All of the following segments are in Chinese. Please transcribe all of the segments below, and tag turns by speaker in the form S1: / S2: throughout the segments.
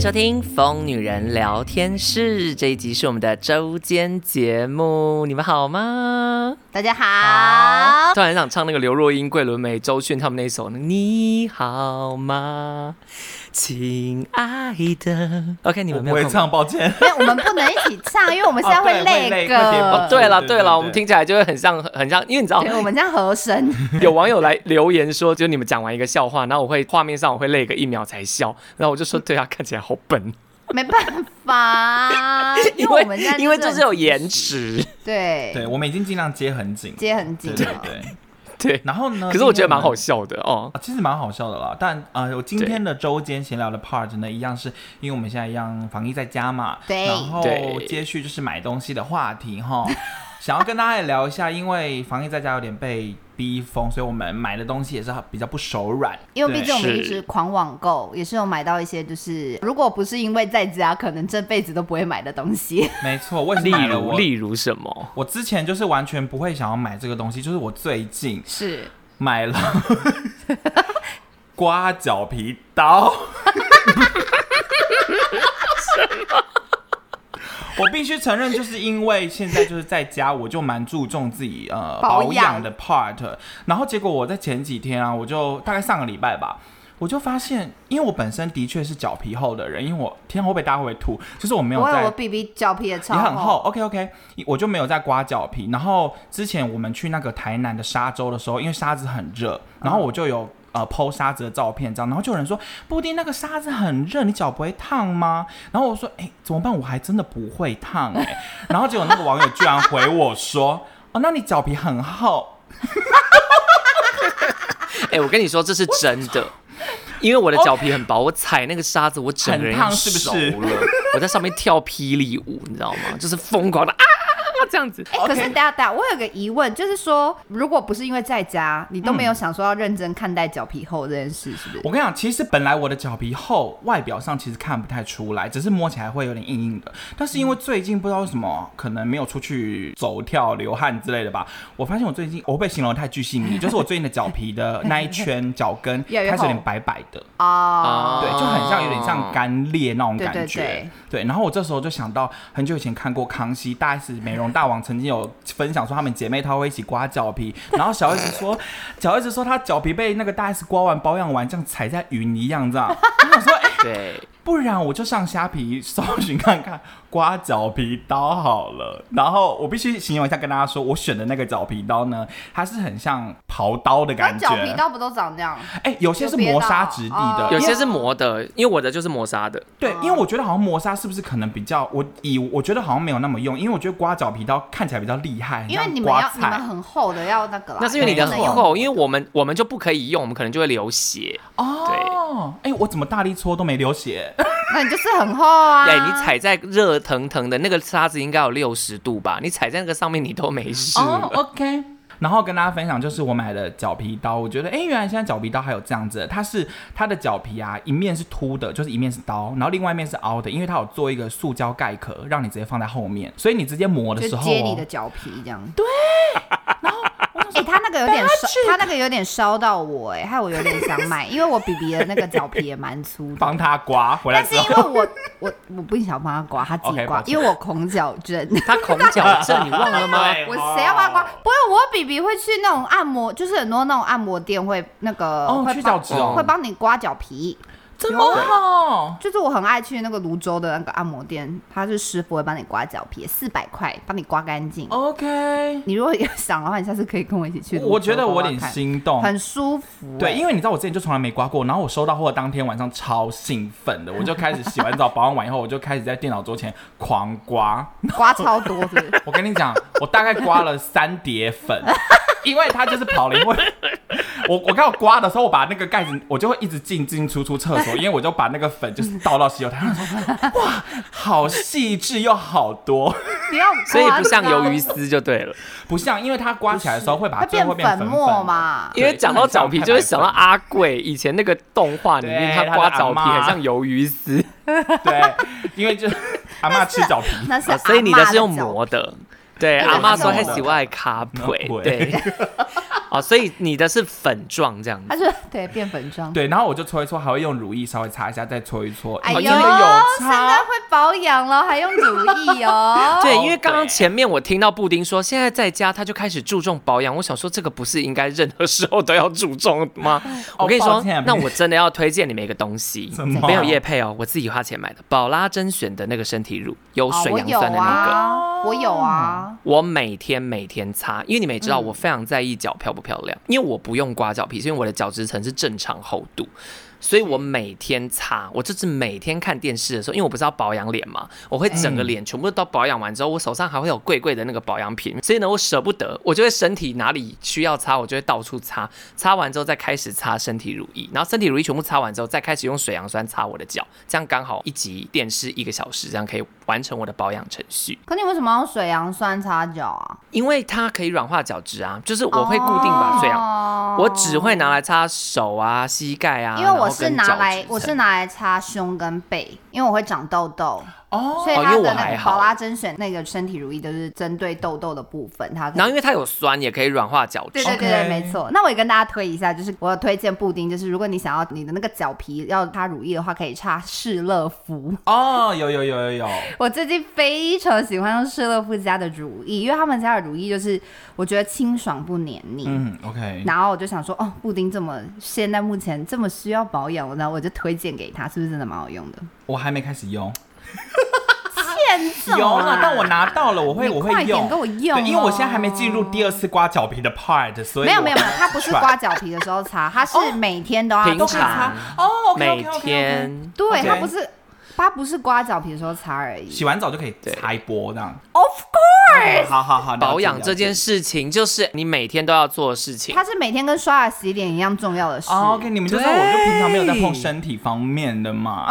S1: 收听《疯女人聊天室》这一集是我们的周间节目，你们好吗？
S2: 大家好，
S1: 突然很想唱那个刘若英、桂纶镁、周迅他们那首《你好吗，亲爱的》。OK，你
S3: 我
S1: 们没
S3: 不
S1: 有
S3: 会
S1: 空吗
S3: 唱，抱 歉。
S2: 没有，我们不能一起唱，因为我们现在
S3: 哦对会
S2: 累
S3: 累
S2: 歌。
S3: 快点吧
S1: 对了
S3: 对哦
S1: 对
S3: 对
S1: 了，
S3: 对
S1: 我们听起来就会很像很像，因为你知道
S2: 对，我们这样和声，
S1: 有网友来留言说，就是你们讲完一个笑话，然后我会画面上我会累个一秒才笑，然后我就说对啊，看起来好笨，
S2: 没办 法，因为我们现在
S1: 因为就
S2: 很
S1: 是有延迟，
S2: 对
S3: 对，我们已经尽量接很紧，
S2: 接很紧
S3: 对
S2: 了
S3: 对。对。
S1: 对。
S3: 然后呢？
S1: 可是我觉得蛮好
S3: 笑，
S1: 笑的哦。
S3: 啊其实蛮好笑的啦。但啊，呃我今
S1: 对
S3: 天的周间闲聊的 part 呢，一样是因为我们现在一样防疫在家嘛，
S2: 对
S3: 然后
S1: 对
S3: 接续就是买东西的话题哈，想要跟大家来聊一下，因为防疫在家有点被逼疯，所以我们买的东西也是比较不手软，
S2: 因为毕
S3: 对
S2: 竟我们
S1: 是
S2: 一直狂网购，也是有买到一些，就是如果不是因为在家，可能这辈子都不会买的东西。
S3: 没错，我也是
S1: 例
S3: 买了
S1: 如，
S3: 我。
S1: 例如什么？
S3: 我之前就是完全不会想要买这个东西，就是我最近
S2: 是，
S3: 买了刮脚皮 刀。我必须承认，就是因为现在就是在家，我就蛮注重自己呃
S2: 保
S3: 保
S2: 养
S3: 养的 part。然后结果我在前几天啊，我就大概上个礼拜吧，我就发现，因为我本身的确是脚皮厚的人，因为我天啊会不会大家会不会吐？就是我没有
S2: 我
S3: 在
S2: 有我 B B 脚皮也超
S3: 也很厚。OK OK，我就没有在刮脚皮。然后之前我们去那个台南的沙洲的时候，因为沙子很热，然后我就有。呃，剖沙子的照片这样，然后就有人说布丁那个沙子很热，你脚不会烫吗？然后我说，哎、怎么办？我还真的不会烫哎、然后结果那个网友居然回我说，哦，那你脚皮很厚，
S1: 哎、我跟你说，这是真 的，因为我的脚皮很薄，我踩那个沙子，我整个人
S3: 哦很烫
S1: 要
S3: 是不
S1: 熟
S3: 是
S1: 了。我在上面跳霹雳舞，你知道吗？就是疯狂的啊，这样子。
S2: 哎、可是等下等下，我有个疑问，就是说，如果不是因为在家，你都没有
S3: 嗯
S2: 想说要认真看待脚皮厚这件事，是不是？
S3: 我跟你讲，其实本来我的脚皮厚，外表上其实看不太出来，只是摸起来会有点硬硬的。但是因为最近不知道为什么，可能没有出去走跳、流汗之类的吧，我发现我最近我会被形容得太具细腻，就是我最近的脚皮的那一圈脚跟
S2: 越来越
S3: 开始有点
S2: 厚
S3: 白白的，
S2: 哦，
S3: 对，就很像有点像干裂那种感
S2: 对对
S3: 觉。
S2: 对
S3: 对然后我这时候就想到很久以前看过《康熙》，大 S、美容大王曾经有分享说她们姐妹她会一起刮脚皮，然后小 S 说，小 S 说她脚皮被那个大 S 刮完保养完，像踩在云一样这 样。我想说，哎、
S1: 对，
S3: 不然我就上虾皮搜寻看看刮脚皮刀好了。然后我必须形容一下跟大家说，我选的那个脚皮刀呢，它是很像刨刀的
S2: 那
S3: 感觉。
S2: 脚皮刀不都长这样？
S3: 哎、有些是磨砂质地的
S1: 有
S2: 有别，的哦
S3: 啊因为
S1: 些是磨的，因为我的就是磨砂的。
S3: 对，因为我觉得好像磨砂是不是可能比较，我以我觉得好像没有那么用，因为我觉得刮脚皮刀看起来比较厉害，很
S2: 因为
S3: 像
S2: 你们
S3: 刮
S2: 要你们
S3: 菜
S2: 很厚的要那个啦，
S1: 那是因为你的
S2: 不
S1: 很
S2: 能用
S1: 厚，因为我们我们就不可以用，我们可能就会流血。
S3: 哦。哎、我怎么大力搓都没流血？
S2: 那你就是很厚啊。
S1: 哎、你踩在热腾腾的那个沙子应该有六十度吧？你踩在那个上面你都没事
S3: 哦
S1: 了。
S3: ，OK。然后跟大家分享，就是我买的脚皮刀，我觉得，哎，原来现在脚皮刀还有这样子的，它是它的脚皮啊，一面是凸的，就是一面是刀，然后另外一面是凹的，因为它有做一个塑胶盖壳，让你直接放在后面，所以你直接磨的
S2: 就
S3: 时候、哦，
S2: 接你的脚皮这样。对，然后哎、他那个有点烧，他那个有点烧到我哎、害我有点想买，因为我比比的那个脚皮也蛮粗的。
S3: 帮它刮回来
S2: 但是
S3: 之
S2: 因
S3: 后，
S2: 为我我我不想帮他刮，他自己
S3: OK，
S2: 刮
S3: 抱歉
S2: 因为我恐脚症。
S1: 他恐 脚症，你忘了吗？
S3: 对
S2: 我谁要帮他刮？不是我比比会去那种按摩，就是很多那种按摩店会那个
S3: 哦
S2: 会
S3: 去
S2: 帮
S3: 角质哦
S2: 会帮你刮脚皮。
S3: 这么好，
S2: 就是我很爱去那个泸州的那个按摩店，他是师傅会帮你刮脚皮，四百块帮你刮干净。
S3: 哦 OK，
S2: 你如果有想的话，你下次可以跟我一起去泸州
S3: 我觉得我有
S2: 刮刮
S3: 点
S2: 看
S3: 心动。
S2: 很舒服、欸
S3: 对，因
S2: 为
S3: 为你知道我之前就从来没刮过，然后我收到货的当天晚上超兴奋的，我就开始洗完澡保养完以后，我就开始在电脑桌前狂刮。
S2: 刮超多是 不是
S3: 我跟你讲，我大概刮了三叠粉， 因为它就是跑了，因为 我我刚好刮的时候，我把那个盖子，我就会一直进进出出厕所，因为我就把那个粉就是倒到洗手台上，说哇，好细致又好多，
S2: 不要刮，
S1: 所以不像鱿鱼丝啊就对了。
S3: 不像，因为它刮起来的时候会把
S2: 它
S3: 最后会
S2: 变
S3: 变
S2: 粉
S3: 粉
S2: 末
S3: 粉
S2: 嘛。
S1: 因为讲到脚皮，就会想到阿贵以前那个动画里面，
S3: 对
S1: 他刮脚皮
S3: 他的阿嬷
S1: 很像鱿鱼丝，
S3: 对，因为就是 阿妈吃脚皮。
S2: 那是、
S1: 啊
S3: 哦
S1: 所以你的是用磨。的。对，
S2: 对
S1: 阿妈
S2: 是
S1: 说她
S2: 用
S3: 磨的
S1: 喜欢卡腿
S3: 嗯，
S1: 对。 哦，所以你的是粉状这样子
S2: 它。就对变粉状。
S3: 对，然后我就搓一搓，还会用乳液稍微擦一下，再搓一搓。
S2: 哎
S3: 哦
S2: 呦，
S3: 真的有
S2: 现在
S3: 擦，
S2: 会保养了，还用乳液 哦。
S1: 对，因为刚刚前面我听到布丁说，现在在家他就开始注重保养。我想说，这个不是应该任何时候都要注重吗？我跟你
S3: 抱
S1: 说
S3: 歉，
S1: 那我真的要推荐你们一个东西
S3: 什么，
S1: 没有叶配哦，我自己花钱买的，宝拉甄选的那个身体乳，有
S2: 哦
S1: 水
S2: 我
S1: 杨
S2: 有
S1: 酸的那个。
S2: 啊，我有啊。
S1: 我每天每天擦，因为你们也知道，我非常在意脚漂不漂亮，因为我不用刮脚皮，是因为我的脚趾层是正常厚度，所以我每天擦。我就是每天看电视的时候，因为我不是要保养脸嘛，我会整个脸全部都保养完之后，我手上还会有贵贵的那个保养品，所以呢，我舍不得，我就会身体哪里需要擦，我就会到处擦，擦完之后再开始擦身体乳液，然后身体乳液全部擦完之后，再开始用水杨酸擦我的脚，这样刚好一集电视一个小时，这样可以完成我的保养程序。
S2: 可你为什么要用水杨酸擦脚啊？
S1: 因为它可以软化角质啊，就是我会固定把水啊，
S2: 哦
S1: 我只会拿来擦手啊、膝盖啊，
S2: 因为我
S1: 然后
S2: 是
S1: 跟
S2: 拿
S1: 脚
S2: 来
S1: 趾，
S2: 我是
S1: 层
S2: 拿来擦胸跟背，因为我会长痘痘，
S3: 哦，
S2: 所以
S1: 哦
S2: 它
S1: 因为
S2: 的
S1: 我
S2: 那
S1: 还
S2: 个
S1: 好
S2: 宝拉甄选那个身体乳液都是针对痘痘的部分，它可以
S1: 然后因为它有酸，也可以软化角质
S2: 对。对对对，
S3: OK
S2: 没错。那我也跟大家推一下，就是我有推荐布丁，就是如果你想要你的那个脚皮要擦乳液的话，可以擦士乐肤。
S3: 哦，有有有有有，
S2: 我最近非常喜欢用士乐肤家的乳液，因为他们家的乳液就是我觉得清爽不黏腻。
S3: 嗯，OK，
S2: 然后我就想说，哦，布丁这么现在目前这么需要保养了，然后我就推荐给他，是不是真的蛮好用的？
S3: 我还没开始用，
S2: 欠揍
S3: 有啦
S2: 啊，！
S3: 但我拿到了，我会
S2: 你
S3: 我
S2: 快
S3: 会
S2: 点
S3: 用，
S2: 给我用
S3: 对因为我现在还没
S2: 哦
S3: 进入第二次刮脚皮的 part，所以
S2: 没有没有没
S3: 我
S2: 有，它不是刮脚皮的时候擦，它
S3: 哦
S2: 是每天都要
S1: 平
S3: 都可以
S1: 常
S3: 擦哦
S1: 每
S3: ，OK，OK，OK，OK，
S1: 天
S2: 对，
S3: OK
S2: 它不是它不是刮脚皮的时候擦而已。
S3: 洗完澡就可以
S1: 对
S3: 擦一波这样。
S2: Of
S3: 好好好，了解
S1: 保养这。
S3: 了
S1: 件
S3: 解
S1: 事情，就是你每天都要做的事情。
S2: 它是每天跟刷牙洗脸一样重要的事。
S3: 哦 OK，你们就知道我就平常没有在碰
S1: 对
S3: 身体方面的嘛。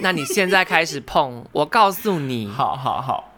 S1: 那你现在开始碰，我告诉你，
S3: 好好好，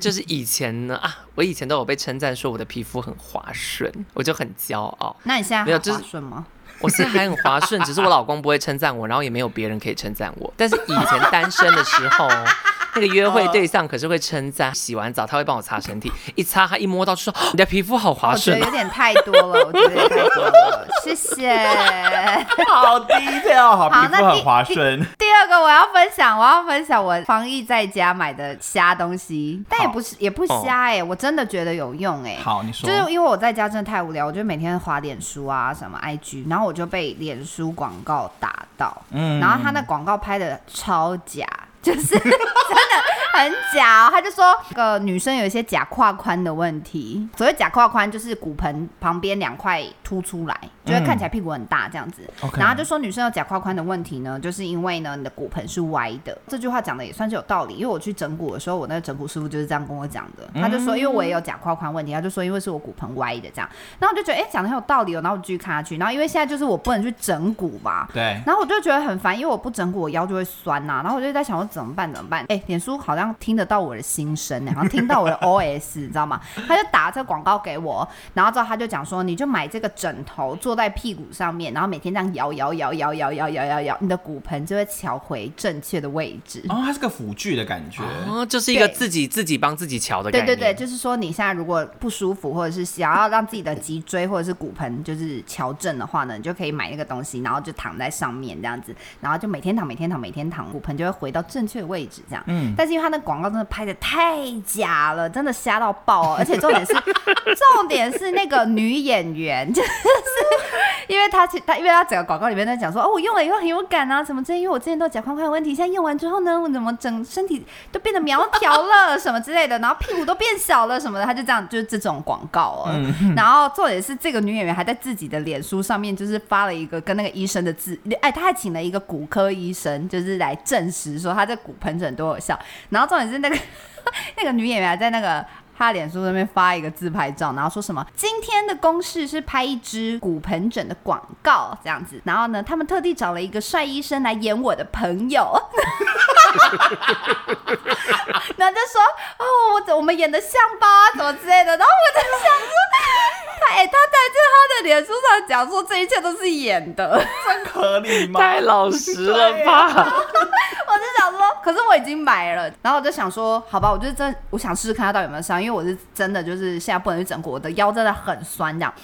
S1: 就是以前呢啊，我以前都有被称赞说我的皮肤很滑顺，我就很骄傲。
S2: 那你现在还
S1: 没有就是
S2: 滑顺吗？
S1: 我现在还很滑顺，只是我老公不会称赞我，然后也没有别人可以称赞我。但是以前单身的时候， 那个约
S2: 嗯
S1: 会对象可是会称赞，洗完澡他会帮我擦身体，一擦他一摸到就说哦你的皮肤好滑
S2: 我觉
S1: 顺
S2: 得有
S1: 啊。
S2: 点太多了，我觉得有点太多了。谢 谢。
S3: 好低调，
S2: 好
S3: 好皮
S2: 那
S3: 肤很
S2: 第
S3: 滑顺。
S2: 第二个我要分享，我要分享我防疫在家买的虾东西，但也不是也不虾
S3: 哦
S2: 哎、我真的觉得有用哎、
S3: 好，你说
S2: 就。是因为我在家真的太无聊，我就每天滑脸书啊，什么 IG，然后我就被脸书广告打到，
S3: 嗯
S2: 然后他那广告拍的超假， 就是真的很假、哦。他就说，这个女生有一些假胯宽的问题，所谓假胯宽就是骨盆旁边两块凸出来，就会看起来屁股很大这样子。
S3: OK
S2: 然后就说女生有假胯宽的问题呢，就是因为呢你的骨盆是歪的。这句话讲的也算是有道理，因为我去整骨的时候，我那个整骨师傅就是这样跟我讲的。
S3: 嗯
S2: 他就说，因为我也有假胯宽问题，他就说因为是我骨盆歪的这样。然后我就觉得，哎、讲的很有道理哦。然后我继续看下去，然后因为现在就是我不能去整骨嘛，
S3: 对，
S2: 然后我就觉得很烦，因为我不整骨，我腰就会酸呐、然后我就在想，我怎么办？怎么办？哎、脸书好像听得到我的心声呢、哎好像听到我的 OS，你知道吗？他就打这个广告给我，然后之后他就讲说，你就买这个枕头坐在屁股上面，然后每天这样摇摇摇摇摇摇摇摇摇，你的骨盆就会翘回正确的位置。
S3: 哦，它是个辅具的感觉。
S1: 哦，就是一个
S2: 对
S1: 自己自己帮自己瞧的概
S2: 对
S1: 念。
S2: 对对，就是说你现在如果不舒服，或者是想要让自己的脊椎或者是骨盆就是矫正的话呢，你就可以买那个东西，然后就躺在上面这样子，然后就每天躺，每天躺，每天躺，骨盆就会回到正确的位置这样。
S3: 嗯，
S2: 但是因为他那广告真的拍的太假了，真的瞎到爆、哦，而且重点是，重点是那个女演员，就是因为她其她因为她整个广告里面在讲说，哦，我用了以后很有感啊，什么之类，因为我之前都有甲宽宽的问题，现在用完之后呢，我怎么整身体都变得苗条了什么之类的，然后屁股都变小了什么的，她就这样就是这种广告哦。然后重点是这个女演员还在自己的脸书上面就是发了一个跟那个医生的字，哎，她还请了一个骨科医生，就是来证实说她这骨盆枕多有效。然后重点是那个 那个女演员还在那个。她脸书那边发一个自拍照，然后说什么今天的公式是拍一支骨盆枕的广告这样子，然后呢，他们特地找了一个帅医生来演我的朋友， 然后就说哦，我怎我们演的像吧，什么之类的，然后我就想说，他哎、他在这他的脸书上讲说这一切都是演的，
S3: 这合理吗？
S1: 太老实了
S2: 啊
S1: 吧？
S2: 我就想说，可是我已经买了，然后我就想说，好吧，我就真我想试试看它到底有没有伤，因为我是真的就是现在不能去整骨，我的腰真的很酸这样。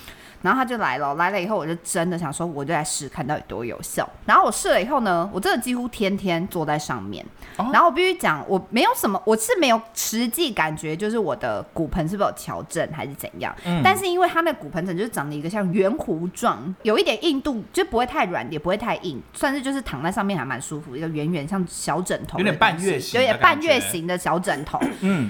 S2: 然后他就来了，来了以后我就真的想说，我就来试试看到底多有效。然后我试了以后呢，我真的几乎天天坐在上面。
S3: 哦
S2: 然后我必须讲，我没有什么，我是没有实际感觉，就是我的骨盆是不是有调整还是怎样。
S3: 嗯
S2: 但是因为它那骨盆枕就是长了一个像圆弧状，有一点硬度，就不会太软，也不会太硬，算是就是躺在上面还蛮舒服，一个圆圆像小枕头的东西，
S3: 有点半月形的
S2: 有点半月
S3: 感觉
S2: 形的小枕头。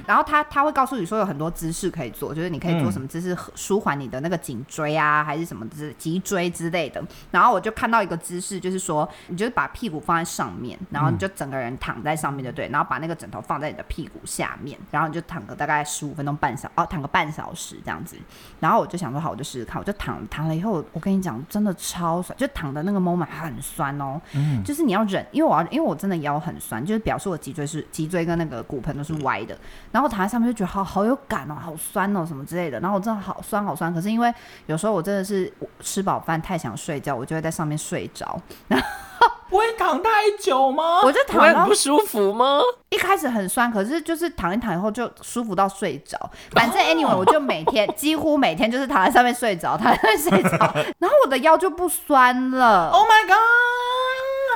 S2: 然后他他会告诉你说有很多姿势可以做，就是你可以做什么姿势和舒缓你的那个颈椎啊，还是什么之脊椎之类的。然后我就看到一个姿势，就是说你就是把屁股放在上面，然后你就整个人躺在上面就对，然后把那个枕头放在你的屁股下面，然后你就躺个大概十五分钟半小哦，躺个半小时这样子。然后我就想说好，我就试试看，我就躺躺了以后，我跟你讲，真的超酸，就躺的那个 moment 很酸哦，就是你要忍，因为我要因为我真的腰很酸，就是表示我脊椎是脊椎跟那个骨盆都是歪的，然后我躺在上面就觉得好好有感哦，好酸哦什么之类的，然后我真的好酸好酸，可是因为有时候我真的是我吃饱饭太想睡觉，我就会在上面睡着，
S3: 不会躺太久吗？
S2: 我就
S1: 不
S2: 躺
S1: 会
S2: 到
S1: 很不舒服吗？
S2: 一开始很酸，可是就是躺一躺以后就舒服到睡 着。反正 anyway，我就每 天几乎每天就是躺在上面睡着，躺在上 面睡着，然后我的腰就不酸了，
S3: Oh my god！
S2: 哦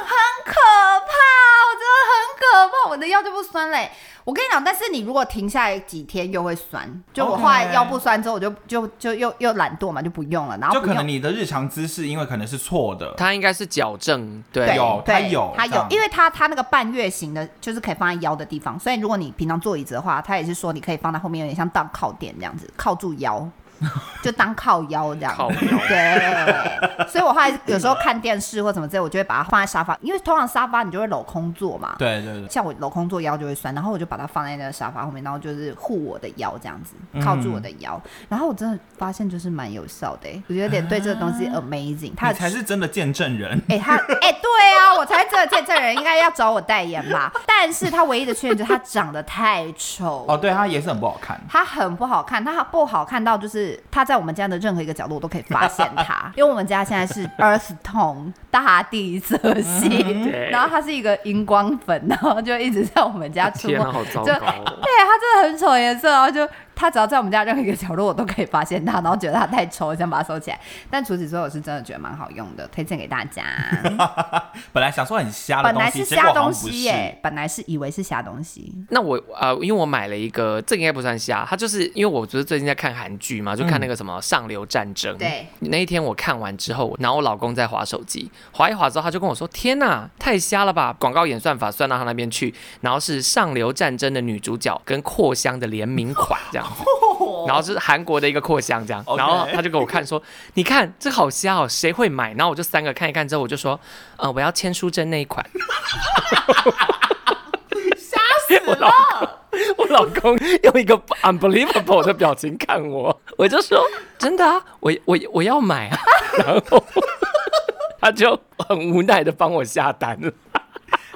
S2: 很可怕，我真的很可怕，我的腰就不酸嘞、我跟你讲，但是你如果停下来几天又会酸，就我
S3: OK
S2: 后来腰不酸之后，我就就就又又懒惰嘛，就不用了，然后
S3: 就
S2: 不
S3: 可
S2: 用
S3: 能你的日常姿势，因为可能是错的，
S1: 他应该是矫正，对，
S2: 对
S3: 有
S2: 对
S3: 它有
S2: 它
S3: 这
S2: 有
S3: 样，
S2: 因为它它那个半月形的，就是可以放在腰的地方，所以如果你平常坐椅子的话，它也是说你可以放在后面，有点像当靠垫这样子，靠住 腰，就当靠腰这样。
S1: 靠腰
S2: 对，所以我后来有时候看电视或什么之类，我就会把它放在沙发，因为通常沙发你就会镂空坐嘛。
S3: 对对对，
S2: 像我镂空坐腰就会酸，然后我就把它放在那个沙发后面，然后就是护我的腰这样子，
S3: 嗯
S2: 靠住我的腰。然后我真的发现就是蛮有效的、欸，我有点对这个东西 amazing，、它
S3: 啊你
S2: 的
S3: 才是真的见 证人。
S2: 哎、他哎、对啊，我才这个见证人应该要找我代言吧。但是他唯一的缺点就是他长得太丑，
S3: 哦，对，它也是很不好看。
S2: 他很不好看，他不好看到就是他在我们家的任何一个角落我都可以发现 他，因为我们家现在是 earth tone 大地色系，
S1: 嗯对
S2: 然后他是一个荧光粉，然后就一直在我们家出没
S1: 天。啊，好糟
S2: 就
S1: 糕、哦。
S2: 对他真的很丑颜色，然后就他只要在我们家任何一个角落，我都可以发现他，然后觉得他太丑，我想把它收起来。但除此之外，我是真的觉得蛮好用的，推荐给大家。
S3: 本来想说很瞎的
S2: 本来
S3: 东
S2: 是
S3: 西，结果
S2: 瞎
S3: 好像
S2: 东
S3: 不
S2: 西
S3: 是。
S2: 耶，本来是以为是瞎东西。
S1: 那我呃，因为我买了一个，这个应该不算瞎，它就是因为我不是最近在看韩剧嘛，就看那个什么《上流战争》。
S2: 对，
S1: 那一天我看完之后，然后我老公在划手机，划一划之后，他就跟我说：“天呐，太瞎了吧！广告演算法算到他那边去，然后是《上流战争》的女主角跟扩香的联名款这样子，然后是韩国的一个扩香这样，
S3: OK
S1: 然后他就给我看说： 你看这好瞎哦，谁会买？然后我就三个看一看之后，我就说：呃，我要千淑珍那一款。” 我老公，我老公用一个 unbelievable 的表情看我，我就说真的啊，我我我要买啊，然后他就很无奈的帮我下单了，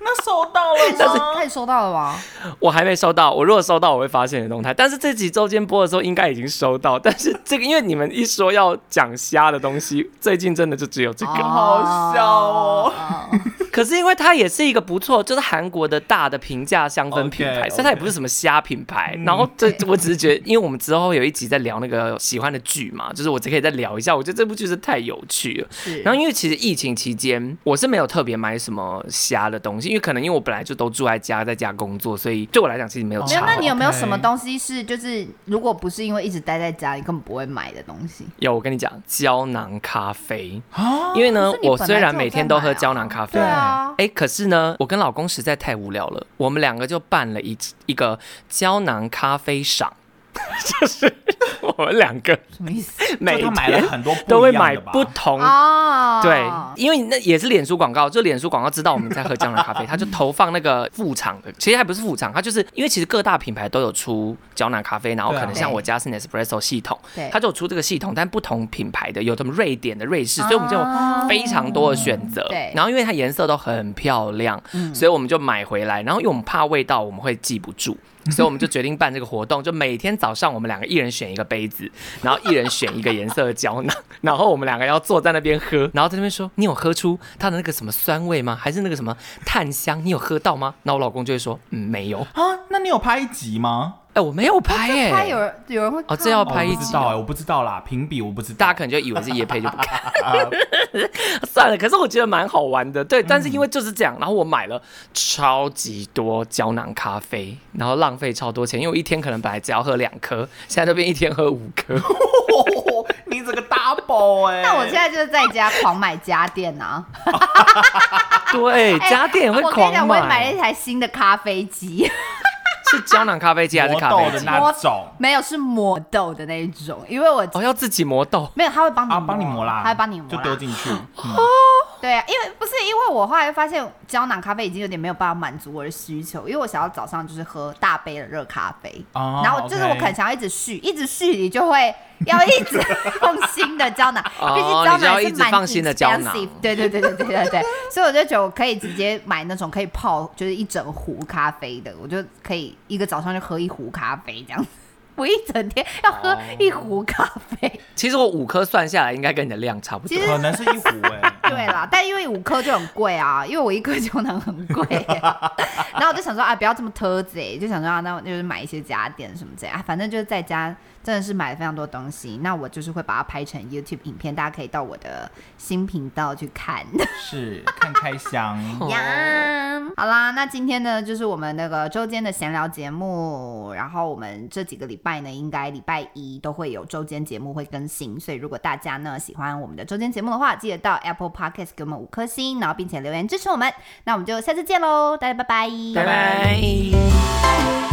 S3: 那收 到了吗？
S2: 那你收到了哦吗？
S1: 我还没收到，我如果收到我会发现你的动态，但是这集周间播的时候应该已经收到，但是这个因为你们一说要讲虾的东西，最近真的就只有这个，
S3: 好笑哦
S2: 哦。
S1: 可是因为它也是一个不错，就是韩国的大的平价香氛品牌
S3: OK，OK
S1: 所以它也不是什么虾品牌。然后这我只是觉得，因为我们之后有一集在聊那个喜欢的剧嘛，就是我只可以再聊一下，我觉得这部剧是太有趣了。
S2: 是
S1: 然后因为其实疫情期间，我是没有特别买什么虾的东西，因为可能因为我本来就都住在家，在家工作，所以对我来讲其实没有
S2: 没有，
S1: 差。
S2: 那你有没有
S3: OK
S2: 什么东西是就是如果不是因为一直待在家，你根本不会买的东西？
S1: 有，我跟你讲，胶囊咖啡，
S3: 啊，
S1: 因为呢，
S2: 哦可是你
S1: 我
S2: 本来
S1: 虽然
S2: 就有
S1: 每
S2: 在
S1: 天都
S2: 买
S1: 喝
S2: 啊
S1: 胶囊咖啡
S2: 对，啊，
S1: 哎，可是呢，我跟老公实在太无聊了，我们两个就办了一一个胶囊咖啡赏， 就是我们两个
S2: 什么意 思？
S1: 每
S3: 就他买了
S1: 天
S3: 很多不一样的
S1: 都会买
S3: 吧
S1: 不同。
S2: 哦，
S1: 对，因为那也是脸书广告，就脸书广告知道我们在喝胶囊咖啡，他就投放那个副厂的，其实还不是副厂，他就是因为其实各大品牌都有出胶囊咖啡，然后
S3: 对啊
S1: 可能像我家是 Nespresso 系统
S2: 对，
S1: 他就有出这个系统，但不同品牌的有什么瑞典的、瑞士，所以我们就有
S2: 啊
S1: 非常多的选择。
S2: 嗯对嗯
S1: 然后因为它颜色都很漂亮，所以我们就买回来。然后因为我们怕味道我们会记不 住，所以我们就决定办这个活动，就每天早上我们两个一人选一个杯子， 然后一人选一个颜色的胶囊， 然后我们两个要坐在那边喝，然后在那边说你有喝出它的那个什么酸味吗？还是那个什么炭香？你有喝到吗？那我老公就会说嗯没有。哎
S3: 啊，那你有拍一集吗？
S1: 我没有拍耶、
S2: 他有人有人会
S1: 哦这要
S2: 看吗
S1: 拍一
S3: 我
S1: 集
S3: 不知道哎、我不知道啦，评比我不知道。
S1: 大家可能就以为是叶配就不看， 算了。可是我觉得蛮好玩的，对。但是因为就是这样，然后我买了超级多胶囊咖啡，然后浪费超多钱，因为我一天可能本来只要喝两颗，现在都变一天喝五颗。
S3: 你这个 double 哎、
S2: 那我现在就是在家狂买家电啊，
S1: 对，
S2: 哎
S1: 家电也会
S2: 我跟你
S1: 狂
S2: 讲，我也买了
S1: 买
S2: 一，台新的咖啡机，
S1: 是胶囊咖啡机还是
S3: 磨
S1: 咖
S3: 豆
S1: 啡
S3: 的
S1: 机？
S3: 那种，
S2: 没有是磨豆的那一种，因为我
S1: 哦，要自己磨豆。
S2: 没有，他会帮你
S3: 啊，帮你磨啦，
S2: 他会帮你磨，
S3: 就丢进 去。嗯
S2: 对啊，因为不是因为我后来发现胶囊咖啡已经有点没有办法满足我的需求，因为我想要早上就是喝大杯的热咖啡，
S3: 哦
S2: 然后就是我
S3: OK
S2: 可能想要一直续，一直续你就会要一直用新的胶囊，
S1: 哦
S2: 毕竟胶
S1: 你就要
S2: 囊
S1: 一
S2: 是
S1: 直
S2: 蛮
S1: 放新的胶囊
S2: expensive，对对对对对对对，所以我就觉得我可以直接买那种可以泡就是一整壶咖啡的，我就可以一个早上就喝一壶咖啡这样子。我一整天要喝
S1: 哦
S2: 一壶咖啡，
S1: 其实我五颗算下来，应该跟你的量差不多
S2: 其。实
S3: 可能是一壶哎、
S2: 对啦，但因为五颗就很贵啊， 因为我一颗胶囊很贵 耶，然后我就想说啊，不要这么特贼，就想说啊，那我就是买一些家电什么之类啊，反正就是在家真的是买了非常多东西，那我就是会把它拍成 YouTube 影片，大家可以到我的新频道去看。
S3: 是看开箱。
S2: 呀，好啦，那今天呢，就是我们那个周间的闲聊节目。然后我们这几个礼拜呢，应该礼拜一都会有周间节目会更新，所以如果大家呢喜欢我们的周间节目的话，记得到 Apple Podcast 给我们五颗星，然后并且留言支持我们。那我们就下次见喽，大家拜拜，
S1: 拜拜。